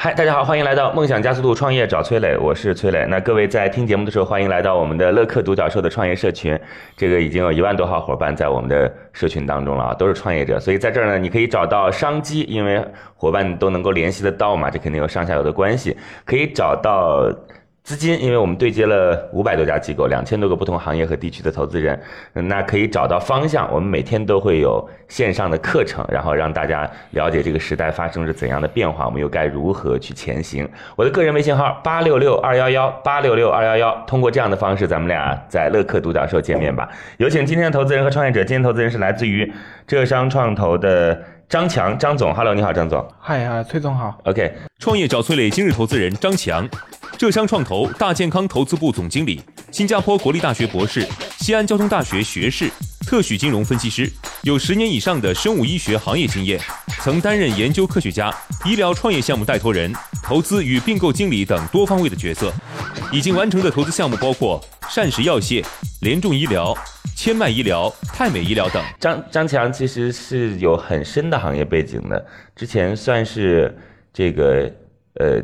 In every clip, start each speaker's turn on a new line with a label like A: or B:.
A: 嗨，大家好，欢迎来到梦想加速度创业找崔磊，我是崔磊。那各位在听节目的时候，欢迎来到我们的乐客独角兽的创业社群，这个已经有一万多号伙伴在我们的社群当中了啊，都是创业者，所以在这儿呢，你可以找到商机，因为伙伴都能够联系得到嘛，这肯定有上下游的关系，可以找到。资金，因为我们对接了五百多家机构，两千多个不同行业和地区的投资人，嗯那可以找到方向。我们每天都会有线上的课程，然后让大家了解这个时代发生着怎样的变化，我们又该如何去前行。我的个人微信号八六六二幺幺八六六二幺幺，通过这样的方式，咱们俩在乐客独角兽见面吧。有请今天的投资人和创业者，今天投资人是来自于浙商创投的张强，张总，Hello，你好，张总
B: 嗨啊，崔总好。
A: ，OK，
C: 创业找崔磊，今日投资人张强，浙商创投大健康投资部总经理，新加坡国立大学博士，西安交通大学学士，特许金融分析师，有十年以上的生物医学行业经验，曾担任研究科学家、医疗创业项目带头人、投资与并购经理等多方位的角色。已经完成的投资项目包括膳食药械、联众医疗、千脉医疗、泰美医疗等。
A: 张张强其实是有很深的行业背景的，之前算是这个呃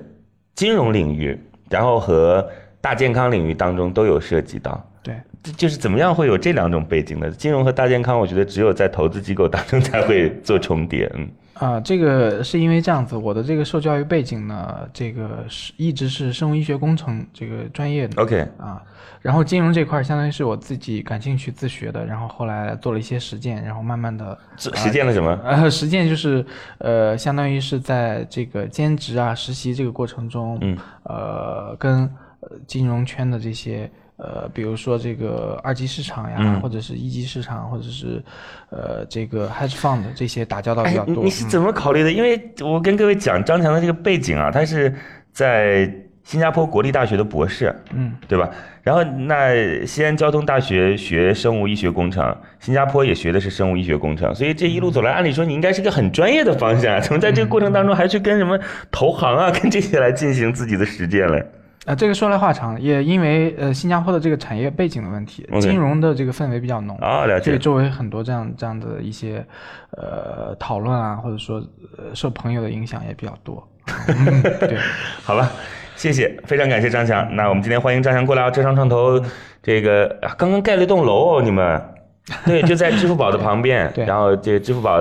A: 金融领域，然后和大健康领域当中都有涉及到。
B: 对，
A: 这就是怎么样会有这两种背景呢？金融和大健康，我觉得只有在投资机构当中 才会做重叠。嗯，
B: 啊、这个是因为这样子，我的这个受教育背景呢，这个是一直是生物医学工程这个专业的
A: OK，
B: 啊，然后金融这块儿相当于是我自己感兴趣自学的，然后后来做了一些实践，然后慢慢的
A: 做实践了什么？
B: 呃，实践就是呃，相当于是在这个兼职啊、实习这个过程中，
A: 嗯，
B: 呃，跟呃金融圈的这些呃，比如说这个二级市场呀，
A: 嗯
B: 或者是一级市场，或者是呃这个 hedge fund 这些打交道比
A: 哎
B: 较，
A: 你
B: 多。
A: 你是
B: 嗯
A: 怎么考虑的？因为我跟各位讲张强的这个背景啊，他是在新加坡国立大学的博士，
B: 嗯，
A: 对吧？然后那西安交通大学学生物医学工程，新加坡也学的是生物医学工程，所以这一路走来，按理说你应该是个很专业的方
B: 嗯
A: 向啊，怎么在这个过程当中还去跟什么投行啊，跟这些来进行自己的实践嘞？
B: 呃，这个说来话长，也因为呃新加坡的这个产业背景的问题
A: OK
B: 金融的这个氛围比较浓
A: 啊，了
B: 这
A: 解，
B: 个周围很多这样这样的一些，呃，讨论啊，或者说、呃、受朋友的影响也比较多。嗯、 对，
A: 好吧。谢谢，非常感谢张强。那我们今天欢迎张强过来啊，浙商创投这个啊刚刚盖了一栋楼、哦，你们对，就在支付宝的旁边。
B: 对
A: 然后这个支付宝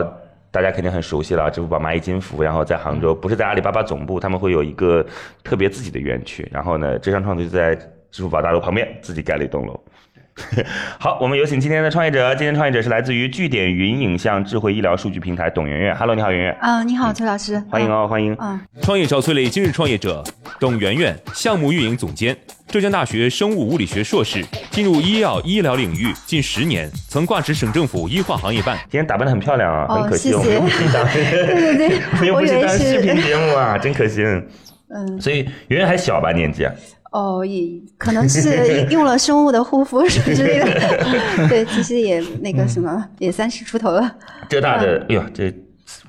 A: 大家肯定很熟悉了，支付宝蚂蚁金服，然后在杭州，不是在阿里巴巴总部，他们会有一个特别自己的园区。然后呢，浙商创投就在支付宝大楼旁边自己盖了一栋楼。 好，我们有请今天的创业者。今天创业者是来自于据点云影像智慧医疗数据平台董媛媛。Hello，你好，媛媛，
D: 啊，你好，崔老师，
A: 欢迎哦，欢迎。
D: 嗯。
C: 创业找崔磊，今日创业者董媛媛，项目运营总监，浙江大学生物物理学硕士，进入医药医疗领域近十年，曾挂职省政府医化行业办。
A: 今天打扮的很漂亮啊，
D: 哦
A: 很可惜，
D: 谢谢
A: 我们又不是 当，对
D: 对对
A: 我们又 不
D: 我
A: 是
D: 以为
A: 当
D: 是
A: 视频节目啊，真可惜。嗯
D: 嗯嗯，
A: 所以媛媛还小吧，年纪啊？
D: 哦，也可能是用了生物的护肤什么之 类的，对，其实也那
A: 嗯
D: 个什么，也三十出头了。
A: 浙大的，哎呦，这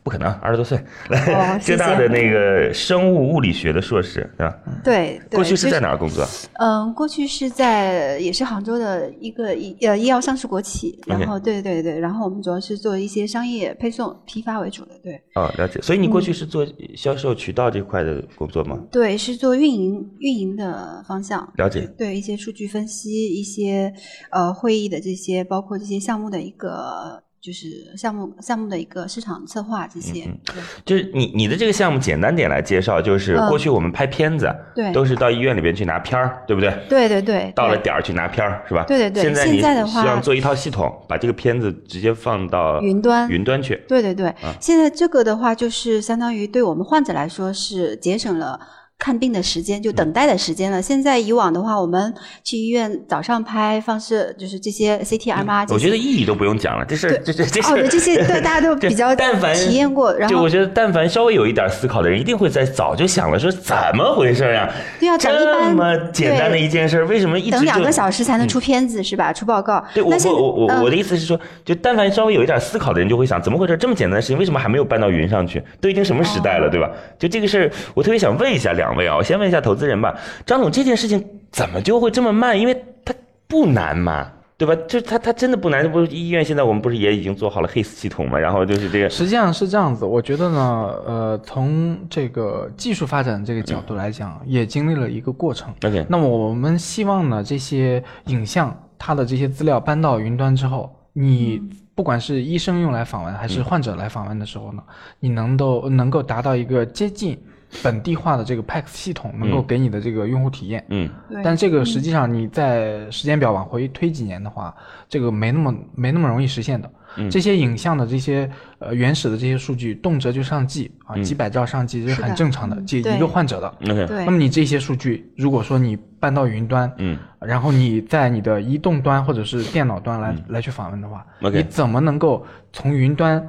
A: 不可能，啊二十多岁。
D: 哦，嗯
A: 浙
D: 谢谢。
A: 大的那个生物物理学的硕士，对吧？
D: 对，嗯对
A: 过去是
D: 就
A: 在哪儿工作？
D: 嗯，过去是在也是杭州的一个医呃医药上市国企，然后对对对，然后我们主要是做一些商业配送批发为主的，对
A: 哦，了解。所以你过去是做销售渠道这块的工作吗？
D: 对，是做运营运营的方向。
A: 了解。
D: 对一些数据分析、一些呃会议的这些，包括这些项目的一个就是项目项目的一个市场策划这些。
A: 嗯就是你你的这个项目，简单点来介绍，就是
D: 嗯
A: 过去我们拍片子，
D: 对
A: 都是到医院里边去拿片儿，对不对？
D: 对对对，
A: 到了
D: 对
A: 点儿去拿片儿，是吧？
D: 对对对
A: 现在
D: 现
A: 你
D: 在的话
A: 希望做一套系统，把这个片子直接放到
D: 云端
A: 云端去。
D: 对对对，
A: 啊
D: 现在这个的话，就是相当于对我们患者来说是节省了看病的时间，就
A: 嗯
D: 等待的时间了。现在以往的话，我们去医院早上拍放射，就是啊这些 CT、MR，
A: 嗯我觉得意义都不用讲了，这事儿这这这事
D: 哦，
A: 儿
D: 对这些 对大家都
A: 这
D: 比较
A: 但凡
D: 体验过，然
A: 就
D: 后
A: 我觉得，但凡稍微有一点思考的人，一定会在早就想了，说怎么回事呀、
D: 对啊，等一
A: 这
D: 般
A: 么简单的一件事儿，为什么一直
D: 等两
A: 就
D: 个小时才能出片子、是吧？出报告。
A: 对，我
D: 但是
A: 我我我
D: 嗯
A: 我的意思是说，就但凡稍微有一点思考的人，就会想，怎么回事？这么简单的事情，为什么还没有搬到云上去？都已经什么时代了，
D: 哦
A: 对吧？就这个事儿，我特别想问一下两位啊，我先问一下投资人吧，张总，这件事情怎么就会这么慢？因为它不难嘛。对吧？就是它它真的不难，这不是医院现在我们不是也已经做好了 HIS 系统嘛？然后就是这个，
B: 实际上是这样子，我觉得呢，呃，从这个技术发展这个角度来讲，也经历了一个过程。
A: OK，
B: 那么我们希望呢，这些影像它的这些资料搬到云端之后，你
D: 嗯
B: 不管是医生用来访问，还是患者来访问的时候呢，你能够能够达到一个接近本地化的这个 PACS 系统能够
A: 嗯
B: 给你的这个用户体验。
A: 嗯，
D: 对
B: 但这个实际上你在时间表往回推几年的话，这个没那么没那么容易实现的。
D: 嗯
B: 这些影像的这些呃原始的这些数据，动辄就上 G 啊，几百兆上 G 这是
D: 嗯是
B: 很
D: 的
B: 正常的，
D: 嗯
B: 解
D: 对
B: 一个患者的。
A: OK，
D: 对
B: 那么你这些数据，如果说你搬到云端，
A: 嗯，
B: 然后你在你的移动端或者是电脑端来、来去访问的话
A: 嗯 OK
B: 你怎么能够从云端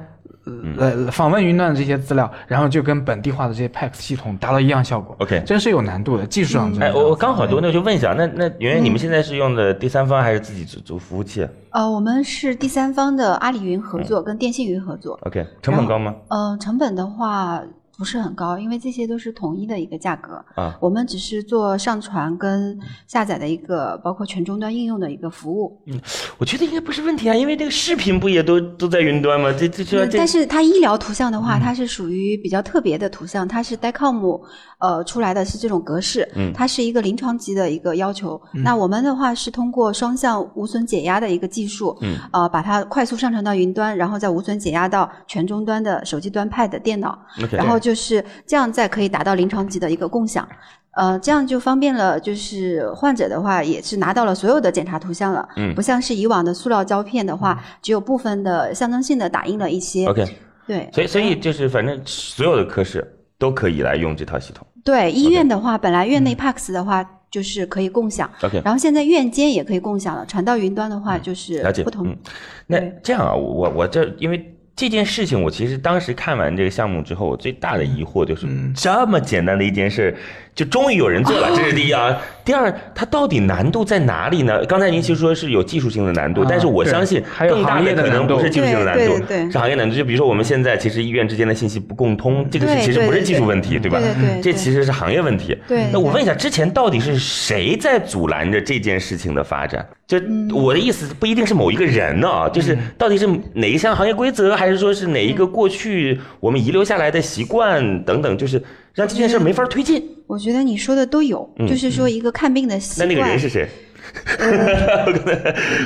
B: 呃来、
A: 嗯
B: 访问云端的这些资料，然后就跟本地化的这些 PACS 系统达到一样效果
A: OK
B: 真是有难度的，技术上真的
A: 哎，
B: 有难
A: 我
B: 度。
A: 我刚好多那我就问一下，那那圆圆，
D: 嗯
A: 你们现在是用的第三方还是自己做做服务器啊
D: 呃，我们是第三方的阿里云
A: 嗯
D: 合作，跟电信云合作。
A: ？OK，成本高吗？
D: 嗯、成本的话不是很高，因为这些都是统一的一个价格。
A: 啊
D: 我们只是做上传跟下载的一个，包括全终端应用的一个服务。
A: 我觉得应该不是问题啊，因为这个视频不也都都在云端吗？这这这
D: 嗯
A: 这
D: 但是它医疗图像的话，它是属于比较特别的图像，它是 DICOM 呃出来的是这种格式，
A: 嗯
D: 它是一个临床级的一个要求。那我们的话是通过双向无损解压的一个技术，
A: 嗯
D: 呃，把它快速上传到云端，然后再无损解压到全终端的手机端、Pad、电脑，
A: OK，
D: 然后就是这样再可以达到临床级的一个共享。呃，这样就方便了，就是患者的话也是拿到了所有的检查图像了，
A: 嗯
D: 不像是以往的塑料胶片的话，只有部分的象征性的打印了一些
A: OK，
D: 对
A: 所以所以就是反正所有的科室都可以来用这套系统。
D: 对，医院的话，本来院内 PACS 的话就是可以共享，
A: OK，
D: 然后现在院间也可以共享了，传到云端的话就是
A: 了解，
D: 不同
A: 嗯，那
D: 对
A: 这样啊，我我我这因为这件事情，我其实当时看完这个项目之后，我最大的疑惑就是，
B: 嗯
A: 这么简单的一件事，就终于有人做了，这是第一 啊。第二，它到底难度在哪里呢？刚才您其实说是有技术性的难度，
B: 啊
A: 但是我
B: 对
A: 相信
B: 还有
A: 更大
B: 行业的
A: 可能
B: 难度
A: 不是技术性的难
D: 对
A: 度，
D: 对对对
A: 是行业难度。就比如说我们现在其实医院之间的信息不共通，这个是
D: 对
A: 其实
D: 对
A: 不是
D: 对
A: 技术问题，对吧？
D: 对对对
A: 这其实是行业问题。
D: 对，
A: 那我
D: 对
A: 问一下，之前到底是谁在阻拦着这件事情的发展？就
D: 嗯
A: 我的意思，不一定是某一个人呢、啊，就是到底是哪一项行业规则，还是说是哪一个过去我们遗留下来的习惯等等，就是让这件事没法推进。
D: 我觉得你说的都有，
A: 嗯
D: 就是说一个看病的习
A: 那
D: 惯，嗯
A: 那个人是谁？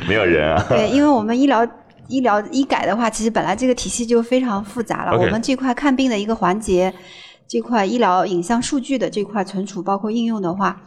A: 没有人 啊。
D: 对，因为我们医疗医疗医改的话，其实本来这个体系就非常复杂了。
A: OK
D: 我们这块看病的一个环节，这块医疗影像数据的这块存储包括应用的话，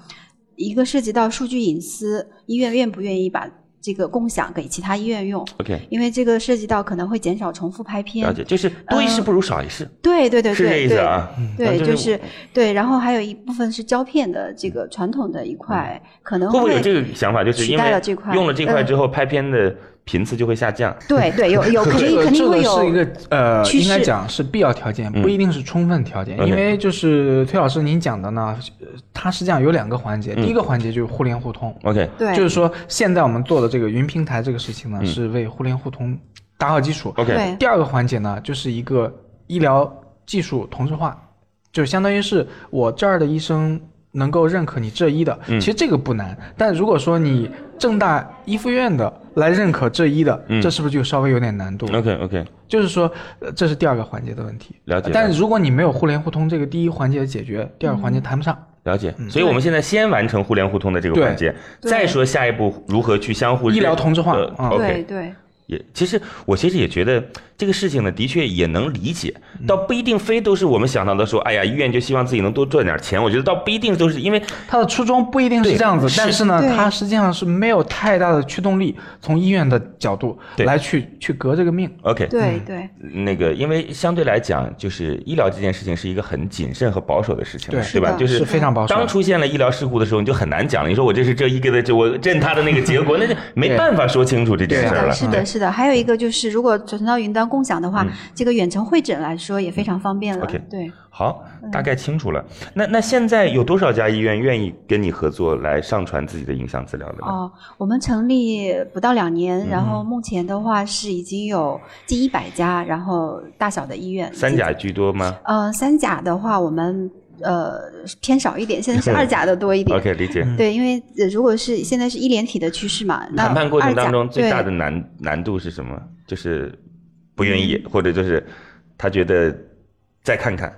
D: 一个涉及到数据隐私，医院愿不愿意把这个共享给其他医院用？
A: OK，
D: 因为这个涉及到可能会减少重复拍
A: 了
D: 片，
A: 解，就是多一事不如少一事，
D: 对嗯对对
A: 是这
D: 对
A: 意思
D: 对，
A: 啊？
D: 对，
A: 那
D: 就
A: 就是
D: 对，然后还有一部分是胶片的这个传统的一块，可能
A: 嗯会不会有这个想法，就是因为
D: 取代了这块
A: 用了这块
D: 嗯
A: 之后，拍片的频次就会下降？
D: 对对有有肯
B: 这
D: 定
B: 个
D: 肯定会
B: 呃这
D: 有
B: 个是一个呃，
D: 趋
B: 应该
D: 势
B: 讲是必要条件，不一定是充分条件，
A: 嗯 OK
B: 因为就是崔老师您讲的呢，呃它实际上有两个环
A: 嗯
B: 节，第一个环节就是互联互通，
A: OK，
D: 对，
B: 就是说现在我们做的这个云平台这个事情呢，是为互联互通打好基础。
A: 嗯 OK
D: 对
B: 第二个环节呢，就是一个医疗技术同质化，就相当于是我这儿的医生能够认可你浙医的，
A: 嗯
B: 其实这个不难。但如果说你正大医附院的来认可浙医的，这是不是就稍微有点难度？
A: 嗯 OK OK，
B: 就是说，呃这是第二个环节的问题。
A: 了解
B: 但如果你没有互联互通这个第一环节的解决，第二个环节谈不上。
A: 了解，所以我们现在先完成互联互通的这个
B: 嗯对
A: 环节，
D: 对
A: 再说下一步如何去相互
B: 医疗同质化
A: 呃
B: 嗯
D: 对
A: OK，
D: 对
A: 也其实我其实也觉得这这个事情呢，的确也能理解，
B: 嗯
A: 倒不一定非都是我们想到的说，哎呀，医院就希望自己能多赚点钱。我觉得倒不一定都是因为
B: 他的初衷不一定是
A: 对
B: 这样子，
A: 是
B: 但是呢，
D: 对
B: 他实际上是没有太大的驱动力，从医院的角度
A: 对
B: 来去去革这个命。
A: OK，
D: 对对
A: 那个，因为相对来讲，就是医疗这件事情是一个很谨慎和保守的事情，
B: 对
A: 对吧？
D: 是的
A: 就是
B: 是非常保守的
A: 当出现了医疗事故的时候，你就很难讲了。你说我这是这一个的，就我认他的那个结果，那就没办法说清楚这件
B: 对
A: 事儿
D: 对，
A: 了。嗯
D: 是的，是的。还有一个就是，如果转存到云端共享的话，这个远程会诊来说也非常方便
A: 嗯
D: 了。
A: OK
D: 对，
A: 好，
D: 嗯
A: 大概清楚了。那那现在有多少家医院愿意跟你合作来上传自己的影嗯像资料了呢？
D: 哦，我们成立不到两年，然后目前的话是已经有近一百家，然后大小的医院。
A: 三甲居多吗
D: 呃，三甲的话，我们呃偏少一点，现 在是二甲的多一点。
A: ？OK，理解。
D: 对，因为呃如果是现在是一连体的趋势嘛，那
A: 谈判过程
D: 二甲
A: 当中最大的
D: 对
A: 难难度是什么？就是不愿
D: 嗯
A: 意，或者就是他觉得再看看。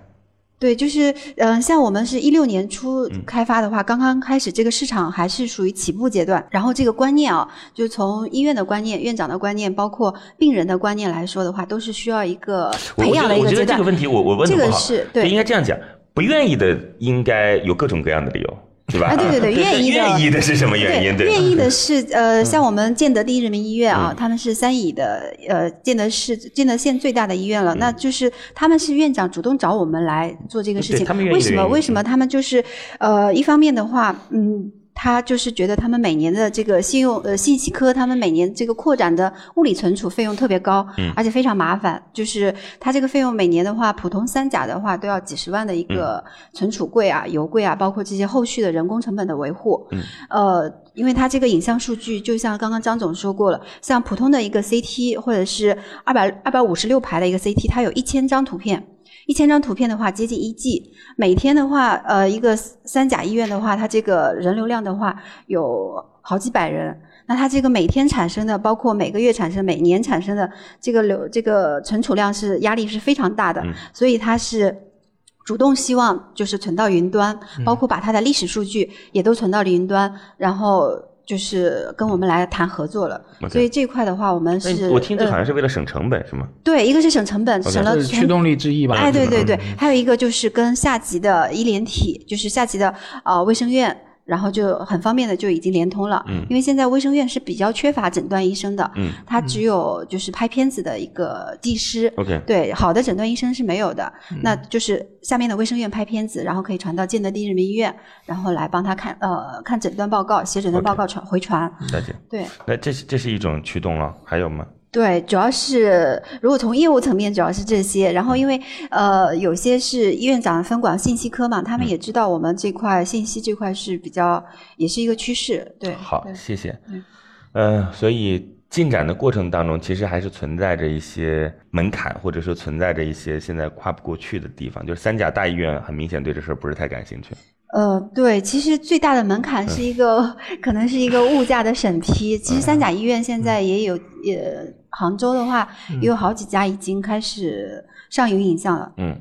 D: 对，就是嗯、呃像我们是一六年初
A: 嗯
D: 开发的话，刚刚开始这个市场还是属于起步阶段。然后这个观念啊，就从医院的观念、院长的观念，包括病人的观念来说的话，都是需要一个
A: 我
D: 培
A: 我觉
D: 养
A: 得
D: 的一
A: 我觉
D: 阶
A: 得这
D: 段
A: 个。问题我我问的
D: 这
A: 不
D: 个
A: 好，
D: 是
A: 就
D: 对
A: 应该这样讲，不愿意的应该有各种各样的理 由， 对吧？
D: 啊对对对愿意的
A: 愿意的是什么原因？对，嗯
D: 愿意的 是，呃，像我们建德第一人民医院啊，他们是三乙的，呃，建德市、建德县最大的医院了。
A: 嗯
D: 那就是他们是院长主动找我们来做这个事
A: 对
D: 情
A: 他们愿，意嗯
D: 为
A: 的
D: 什么？
A: 原因
D: 为什么他们就是，呃，一方面的话，嗯。他就是觉得他们每年的这个信用呃信息科，他们每年这个扩展的物理存储费用特别高，
A: 嗯
D: 而且非常麻烦。就是它这个费用每年的话，普通三甲的话都要几十万的一
A: 嗯
D: 个存储柜啊、油柜啊，包括这些后续的人工成本的维护。呃，因为它这个影像数据，就像刚刚张总说过了，像普通的一个 CT 或者是二百二百五十六排的一个 CT，它有一千张图片。一千张图片的话，接近一 G。每天的话，呃，一个三甲医院的话，它这个人流量的话有好几百人。那它这个每天产生的，包括每个月产生、每年产生的这个流这个存储量是压力是非常大的，
A: 嗯
D: 所以它是。主动希望就是存到云端，
A: 嗯
D: 包括把它的历史数据也都存到了云端，然后就是跟我们来谈合作了。
A: OK
D: 所以这块的话，我们是
A: 那哎我听这
D: 呃
A: 好像是为了省成本，是吗？
D: 对，一个是省成本，省了
B: 这是驱
D: 存
B: 动力之一吧？
D: 哎，对对
B: 嗯
D: 对，还有一个就是跟下级的医联体，就是下级的呃卫生院。然后就很方便的就已经连通了，嗯、因为现在卫生院是比较缺乏诊断医生的，
A: 嗯、
D: 他只有就是拍片子的一个技师，
A: OK
D: 对，好的诊断医生是没有的，
B: 嗯
D: 那就是下面的卫生院拍片子，然后可以传到建德第一人民医院，然后来帮他看呃看诊断报告，写诊断报告传回传，
A: 了解。
D: 对。
A: 那这是这是一种驱动了，还有吗？
D: 对，主要是如果从业务层面，主要是这些。
A: 嗯
D: 然后因为呃，有些是院长分管信息科嘛，他
A: 嗯
D: 们也知道我们这块信息这块是比较，也是一个趋势。对，
A: 好
D: 对，
A: 谢谢
D: 嗯。
A: 嗯，所以进展的过程当中，其实还是存在着一些门槛，或者说存在着一些现在跨不过去的地方。就是三甲大医院很明显对这事儿不是太感兴趣。
D: 呃，对，其实最大的门槛是一个，
A: 嗯
D: 可能是一个物价的审批。其实三甲医院现在也有，呃，杭州的话也有好几家已经开始上云影像了，
A: 嗯，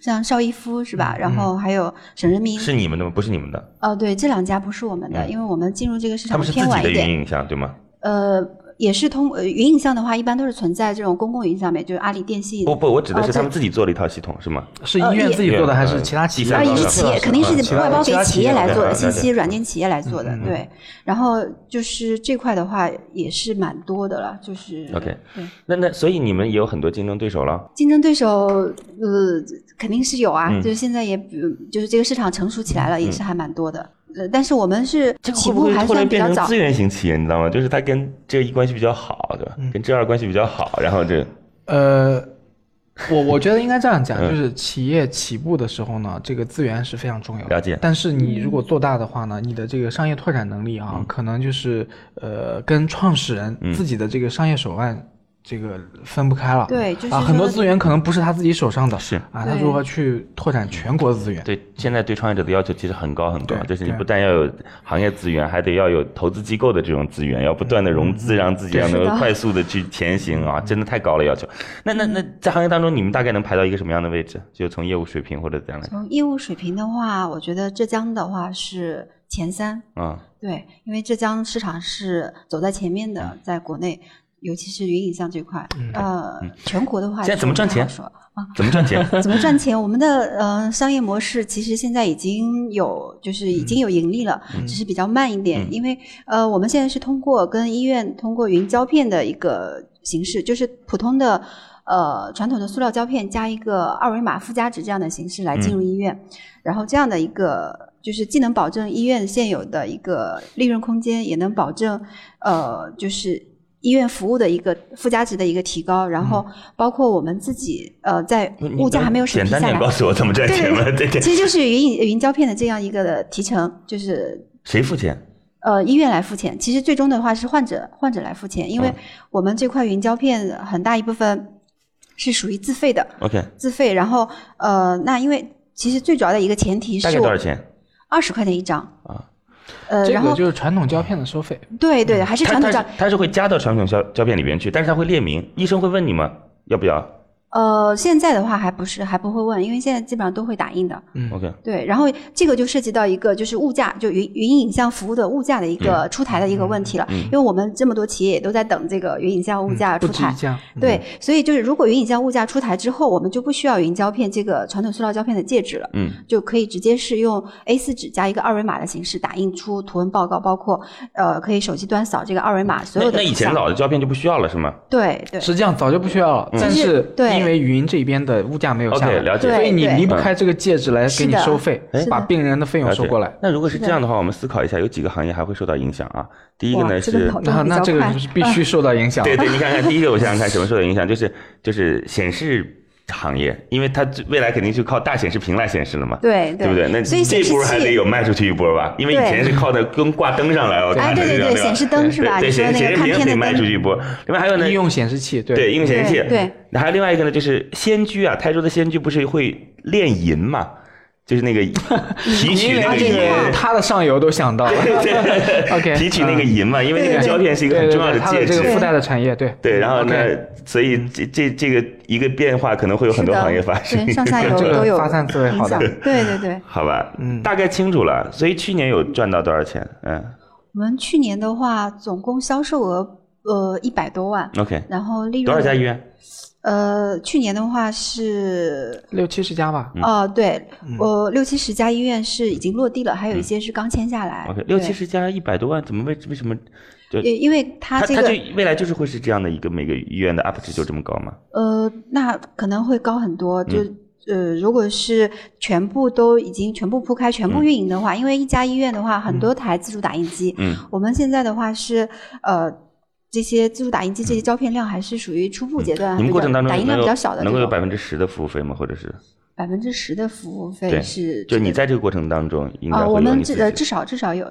D: 像邵逸夫是吧？然后还有省人民，
A: 是你们的吗？不是你们的，
D: 哦，对，这两家不是我们的，
A: 嗯
D: 因为我们进入这个市
A: 他
D: 场
A: 们是自
D: 偏
A: 己
D: 晚
A: 的
D: 一点
A: 云。影像对吗？
D: 呃，也是通呃云影像的话，一般都是存在这种公共云上面，就是阿里电信。
A: 不不，我指的
D: 哦
A: 是他
D: 这
A: 们自己做了一套系统是吗？
B: 是
D: 呃
B: 医院自己
A: 也
B: 做的还是
A: 呃
B: 其他企
A: 第
B: 业？
A: 三
D: 啊，也是企业，肯定
B: 其
D: 是
B: 他
D: 外包
B: 其
D: 给
B: 他
D: 企业来做
A: 了
D: 的，
A: 解
D: 信息软件企业来做的，对。然后就是这块的话，也是蛮多的了，就是
A: OK
D: 对，
A: 那那所以你们也有很多竞争对手了。
D: 竞争对手呃肯定是有啊，
A: 嗯
D: 就是现在也比就是这个市场成熟起来了，也是还蛮多的。呃，但是我们是
A: 这个
D: 起
A: 会不
D: 步
A: 会
D: 还
A: 突然
D: 算比
A: 变
D: 较
A: 成
D: 早
A: 资，源型企业？你知道吗？就是它跟这一关系比较好，对吧？跟这二关系比较好，然后这
B: 呃，我我觉得应该这样讲，
A: 嗯
B: 就是企业起步的时候呢，这个资源是非常重要的。
A: 了解
B: 但是你如果做大的话呢，你的这个商业拓展能力
A: 嗯
B: 啊，可能就是呃，跟创始人自己的这个商业手腕。这个分不开了，
D: 对就是
B: 啊，很多
D: 说
B: 资源可能不是他自己手上的，
A: 是
B: 啊，他
D: 对
B: 如何去拓展全国资源？
A: 对现在对创业者的要求其实很高很高，啊
B: 对
A: 就是你
B: 对
A: 不但要有行业资源，还得要有投资机构的这种资源，要不断的融
D: 嗯
A: 资，让自己要能
D: 是
A: 够
D: 的
A: 快速的去前行啊！真的太高了要求。那那那在行业当中，你们大概能排到一个什么样的位置？就从业务水平或者怎样来
D: 从业务水平的话，我觉得浙江的话是前三。
A: 啊？嗯
D: 对，因为浙江市场是走在前面的，在国内。尤其是云影像这块，
B: 嗯
D: 呃，全国的话，
A: 现在怎么赚钱
D: 说
A: 怎么赚钱？
D: 怎么赚钱？我们的呃商业模式其实现在已经有，就是已经有盈利了，只是比较慢一点。
A: 嗯
D: 因为呃，我们现在是通过跟医院通过云胶片的一个形式，就是普通的呃传统的塑料胶片加一个二维码附加值这样的形式来进
A: 嗯
D: 入医院，然后这样的一个就是既能保证医院现有的一个利润空间，也能保证呃就是医院服务的一个附加值的一个提高，然后包括我们自己呃在
A: 嗯你
D: 物价
A: 能
D: 还没有审
A: 简
D: 批下
A: 单点
D: 来
A: 告，诉我怎么赚钱吗？对对，
D: 其实就是云影云胶片的这样一个的提成，就是
A: 谁付钱？
D: 呃，医院来付钱，其实最终的话是患者患者来付钱，因为
A: 嗯
D: 我们这块云胶片很大一部分是属于自费的，
A: OK，
D: 自费。然后呃，那因为其实最主要的一个前提
A: 大
D: 是
A: 概多少
D: 我
A: 钱？
D: 二十块钱一张
A: 啊，
D: 呃，
B: 这
D: 然
B: 个
D: 后
B: 就是传统胶片的收费，
D: 对对，还是
A: 嗯它
D: 传统
A: 它
D: 照
A: 是，它是会加到传统胶胶片里边去，但是它会列明，医生会问你吗？要不要
D: 呃，现在的话还不是还不会问，因为现在基本上都会打印的。
B: 嗯，
A: ？OK，
D: 对，然后这个就涉及到一个就是物价，就云云影像服务的物价的一个出台的一个问题了，
A: 嗯
D: 因为我们这么多企业也都在等这个云影像物价
B: 嗯不
D: 出
B: 止
D: 台
B: 一。项，
D: 对，所以就是如果云影像物价出台之后，我们就不需要云胶片这个传统塑料胶片的介质了。
A: 嗯，
D: 就可以直接是用 A4 纸加一个二维码的形式打印出图文报告，包括呃可以手机端扫这个二维码，所
A: 那
D: 有的
A: 嗯那以前
D: 图像
A: 老的胶片就不需要了是吗
D: 对对
B: 实际上早就不需要了，但
D: 其
B: 是
D: 实对
B: 因为云这边的物价没有
A: 嗯
B: 下
A: ？OK，
B: 来，
A: 了解。
D: 对
B: 所以你
D: 对
B: 离不开这个介质来给
D: 是
B: 你
D: 的
B: 收费
D: 是，的
B: 把病人的费用
A: 了解
B: 收过来。
A: 那如果是
D: 是
A: 这
D: 的
A: 样的话，我们思考一下，有几个行业还会受到影响啊？第一个
D: 哇
A: 呢
D: 这个
A: 是
D: 跑得
B: 那
D: 嗯比
B: 那
D: 较
B: 这个
D: 快嗯
B: 就是必须受到影 响。
A: 对对，你看看，第一个我想想看什么受到影响，就是就是显示行业，因为它最未来肯定就靠大显示屏来显示了嘛，
D: 对
A: 不对？那
D: 所以
A: 这
D: 显示
A: 波还得
D: 器。
A: 有卖出去一波吧，因为以
D: 对
A: 前是靠的跟挂灯上来，我看
D: 哎，对
A: 着
D: 对
A: 这样
D: 对，
A: 吧
D: 显示灯是吧？
A: 啊对
D: 你说
A: 显
D: 那
A: 显示
D: 个看
A: 屏
D: 片
A: 得
D: 的
A: 卖出
D: 灯，
A: 去一波，另外还有呢
B: 医，用显示器，
A: 对，应用显示器，
D: 对对，
A: 那还有另外一个呢，就是仙居啊，台州的仙居不是会炼银嘛，就是那个提取那
D: 啊
A: 个
D: 这
A: 银
D: 个。
B: 他的上游都想到了。OK，
A: 提取那个银嘛，因为那个
D: 对对
A: 胶片是一
B: 对
A: 个很
B: 对
A: 重要
B: 对，
A: 的
B: 他
A: 介
B: 的
A: 质
B: 这个。附带的产业，对
A: 对，然后呢
B: OK，，
A: 所以这这这个一个变化可能会有很多
D: 是的
A: 行业发生，
D: 对 上下游
B: 这
D: 都
B: 个
D: 有
B: 发散思维
D: 影
B: 好
D: 响
B: 大。。
D: 对对对，
A: 好吧？
B: 嗯
A: 大概清楚了。所以去年有赚到多少钱？嗯
D: 我们去年的话，总共销售额呃一百多万，
A: ，OK，
D: 然后利润
A: 多少家医院？
D: 呃，去年的话是
B: 六七十家吧，
A: 嗯嗯
D: 哦，对
B: 嗯，
D: 我六七十家医院是已经落地了，还有一些是刚签下来
A: OK，。
D: 对
A: 六七，十家，一百多万，怎么为为什么？就
D: 因因为它
A: 他
D: 啊这
A: 他
D: 个
A: 就未来就是会是这样的一个每个医院的 up 值就这么高吗？
D: 呃，那可能会高很多，就。
A: 嗯
D: 呃，如果是全部都已经全部铺开、全部运营的话，因为一家医院的话，很多台自助打印机，
A: 嗯
D: 我们现在的话是呃，这些自助打印机这些胶片量还是属于初步阶段，
A: 嗯你们
D: 比
A: 过
D: 较
A: 程当中
D: 打印量
A: 能有
D: 比较小的这
A: 能
D: 种，
A: 够有百分之十的服务费吗？或者是
D: 百分之十的服务费
A: 对
D: 是
A: 就
D: 这
A: 你
D: 个
A: 在这个过程当中应该
D: 啊，
A: 会
D: 我
A: 有
D: 们
A: 你
D: 至
A: 自
D: 呃
A: 己
D: 至少至少有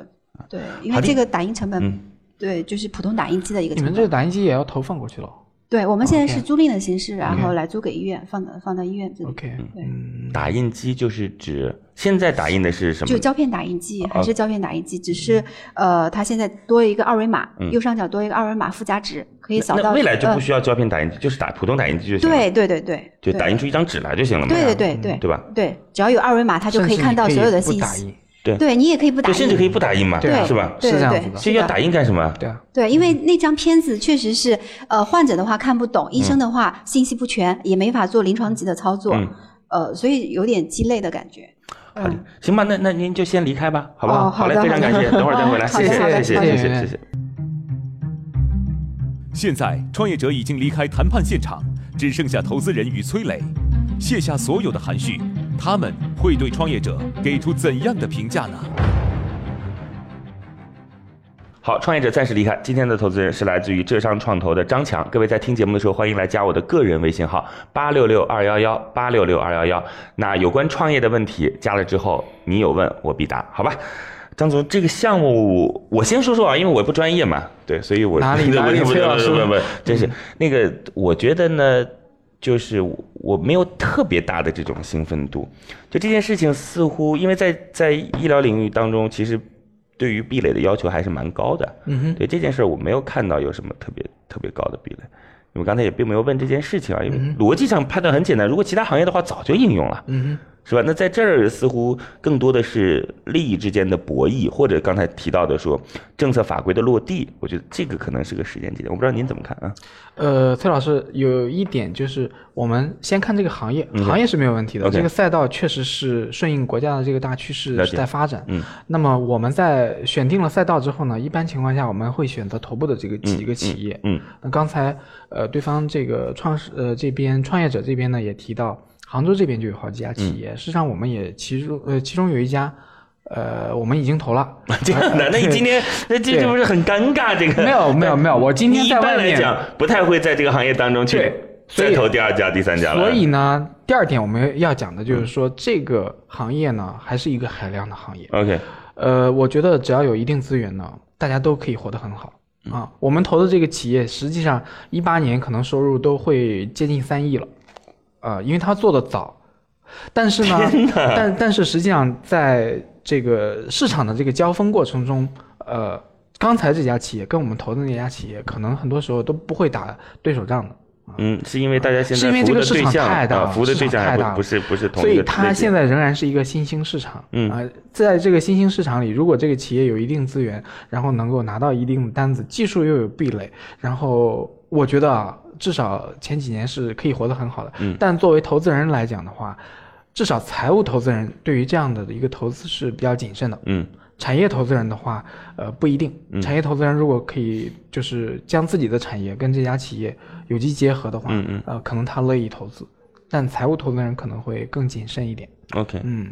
D: 对，因
A: 好
D: 为
A: 的
D: 这个打印成本、
A: 嗯
D: 对，就是普通打印机的一个
B: 你
D: 成
B: 们这个
D: 本。
B: 打印机也要投放过去了。
D: 对，我们
A: 哦
D: 现在
B: OK
D: 是租赁的形式，然
A: 嗯
D: 后来租给医院，放到放到医院这里。
B: OK，
D: 对
B: 嗯，
A: 打印机就是指现在打印的是什么
D: 就？胶片打印机还是胶片打印机，只是呃，它现在多一个二维码，
A: 嗯
D: 右上角多一个二维码附加值，可以
A: 那
D: 扫
A: 那
D: 到。
A: 未来就不
D: 呃
A: 需要胶片打印机，就是打普通打印机就行了。
D: 对对对对，
A: 就打印
D: 对。
A: 出一张纸来就行了嘛，
D: 对对对对
A: 对吧？
D: 对，只要有二维码，它就
B: 嗯甚
D: 可
B: 至
D: 以
B: 你
D: 看到所有的
B: 不
D: 信
B: 打
D: 息。
B: 印
A: 对
D: 对你也可以不打
A: 就
D: 印，
A: 甚至可以不打印嘛，
B: 对啊
A: 是吧？
D: 对
B: 是这样
D: 对
B: 子的
A: 所以要打印干什么？
B: 对啊，
D: 对，因为
A: 嗯
D: 那张片子确实是，呃，患者的话看不懂，医生的话信息不全，也没法做临床级的操作，
A: 嗯
D: 呃，所以有点鸡肋的感觉。
A: 好的，行吧，那那您就先离开吧，好不好？
D: 哦好
A: 嘞，
D: 的
A: 非常感谢，等会儿再回来，
D: 好
A: 谢
D: 的
A: 谢
D: 好
A: 谢
D: 的
A: 谢
D: 好
A: 谢
D: 的
A: 谢谢谢。
C: 现在，创业者已经离开谈判现场，只剩下投资人与崔磊，卸下所有的含蓄，他们会对创业者给出怎样的评价呢？
A: 好，创业者暂时离开。今天的投资人是来自于浙商创投的张强。各位在听节目的时候，欢迎来加我的个人微信号八六六二幺幺八六六二幺幺。那有关创业的问题，加了之后你有问我必答，好吧？张总，这个项目我先说说啊，因为我不专业嘛，对，所以我
B: 哪里
A: 我
B: 哪里
A: 我
B: 崔老师嗯
A: 不不不，真是那个，我觉得呢，就是我没有特别大的这种兴奋度。就这件事情，似乎因为在在医疗领域当中，其实对于壁垒的要求还是蛮高的。
B: 嗯哼，
A: 对这件事儿，我没有看到有什么特别特别高的壁垒。你们刚才也并没有问这件事情啊，因为
B: 嗯
A: 逻辑上判断很简单，如果其他行业的话，早就应用了。
B: 嗯
A: 是吧？那在这儿似乎更多的是利益之间的博弈，或者刚才提到的说政策法规的落地，我觉得这个可能是个时间节点，我不知道您怎么 看啊？
B: 呃，崔老师有一点就是，我们先看这个行业，
A: 嗯
B: 行业是没有问题的。
A: OK
B: 这个赛道确实是顺应国家的这个大趋
A: 了
B: 势
A: 解
B: 是在发展。
A: 嗯，
B: 那么我们在选定了赛道之后呢，一般情况下我们会选择头部的这个几个企业。
A: 嗯，
B: 那刚才呃，对方这个创始呃这边创业者这边呢也提到，杭州这边就有好几家
A: 嗯
B: 企业，事实上我们也其中呃其中有一家，呃我们已经投了。
A: 这样的，那你今天那这
B: 对
A: 这不是很尴尬？这个
B: 没有没有没有我今 天
A: 你一
B: 在
A: 般
B: 外
A: 来
B: 面
A: 讲不太会在这个行业当中去
B: 对所
A: 再
B: 以
A: 投第二家、第三家了。
B: 所以呢，第二点我们要讲的就是说，这个行业呢还是一个海量的行业。
A: ，OK，
B: 呃，我觉得只要有一定资源呢，大家都可以活得很好啊。我们投的这个企业，实际上一八年可能收入都会接近三亿了，呃，因为它做的早。但是呢，但但是实际上在这个市场的这个交锋过程中，呃，刚才这家企业跟我们投的那家企业，可能很多时候都不会打对手仗的。
A: 嗯，是因为大家现
B: 是因
A: 在
B: 为
A: 服务
B: 这
A: 的
B: 个市
A: 对
B: 场
A: 象
B: 太大
A: 啊，
B: 了
A: 服务的对
B: 市场
A: 象还
B: 太
A: 不
B: 大了
A: 不是不是同
B: 所
A: 一
B: 以
A: 个类
B: 它
A: 别
B: 现在仍然是一个新兴市场。
A: 嗯
B: 啊、在这个新兴市场里，如果这个企业有一定资源，然后能够拿到一定的单子，技术又有壁垒，然后我觉得啊，至少前几年是可以活得很好的。
A: 嗯
B: 但作为投资人来讲的话，至少财务投资人对于这样的一个投资是比较谨慎的。
A: 嗯
B: 产业投资人的话，呃，不一定。产业投资人如果可以，就是将自己的产业跟这家企业有机结合的话，
A: 嗯嗯
B: 呃，可能他乐意投资，但财务投资人可能会更谨慎一点。
A: ，OK，
B: 嗯，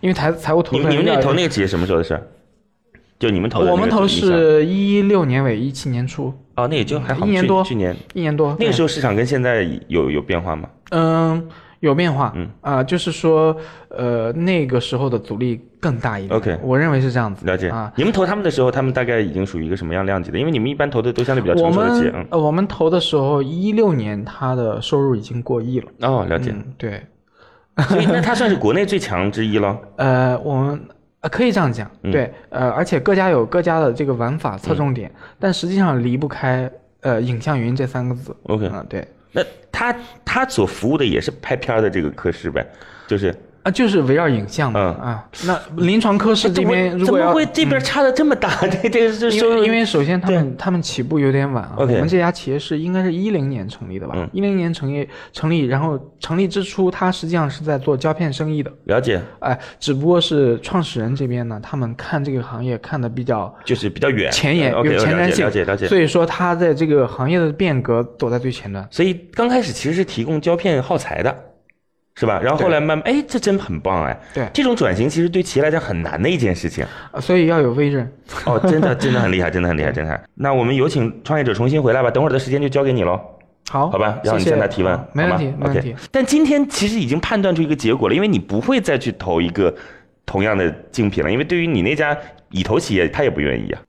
B: 因为财财务投
A: 你
B: 资
A: 们
B: 人
A: 你们那
B: 要
A: 投那个企业什么时候的事儿？就你们投的那
B: 我
A: 个
B: 们投
A: 印象
B: 是一六年尾一七年初，
A: 哦，那也就还好，
B: 一年
A: 去
B: 多
A: 去年
B: 一年多。
A: 那个时候
B: 候，
A: 市场跟现在有有变化吗？
B: 嗯，有变化。
A: 嗯
B: 啊、就是说，呃，那个时候的阻力更大一点。
A: OK
B: 我认为是这样子。
A: 了解
B: 啊，，
A: 你们投他们的时候，他们大概已经属于一个什么样量级的？因为你们一般投的都相对比较
B: 我
A: 成熟的企业，嗯
B: 们呃，我们投的时候，一六年它的收入已经过亿了。
A: 嗯，哦，了解，
B: 嗯，对，
A: 所 以那它算是国内最强之一了。
B: 呃，我们呃可以这样讲，
A: 嗯
B: 对，呃，而且各家有各家的这个玩法侧重点，但实际上离不开呃影像云这三个字。
A: OK
B: 嗯、对，
A: 那它它所服务的也是拍片儿的这个科室呗，就是
B: 啊，就是围绕影像嘛，
A: 嗯
B: 啊，那临床科室这边如
A: 哎怎
B: 果
A: 么
B: 要嗯
A: 会这边差的这么大？ 这这这
B: 因
A: 收入
B: 为因为首先他们他们起步有点晚啊。
A: OK
B: 我们这家企业是应该是一零年成立的吧
A: 嗯？
B: 一零、年成立成立，然后成立之初，它实际上是在做胶片生意的，
A: 了解
B: 哎，只不过是创始人这边呢，他们看这个行业看的比较
A: 就是比较远
B: 前沿，
A: OK，
B: 有前瞻性，
A: 了解了解。
B: 所以说他在这个行业的变革走在最前端。
A: 所以刚开始其实是提供胶片耗材的，是吧？然后后来慢慢，哎，这真很棒哎。
B: 对
A: 这种转型其实对企业来讲很难的一件事情。
B: 呃所以要有威震。
A: 哦，真的真的很厉害，真的很厉害，真的很厉害。那我们有请创业者重新回来吧，等会儿的时间就交给你喽。
B: 好，
A: 好吧，
B: 谢
A: 让你
B: 谢
A: 向他提问
B: 好，没问题，
A: 好吗
B: 没问题。
A: OK 但今天其实已经判断出一个结果了，因为你不会再去投一个同样的竞品了，因为对于你那家已投企业，他也不愿 意啊。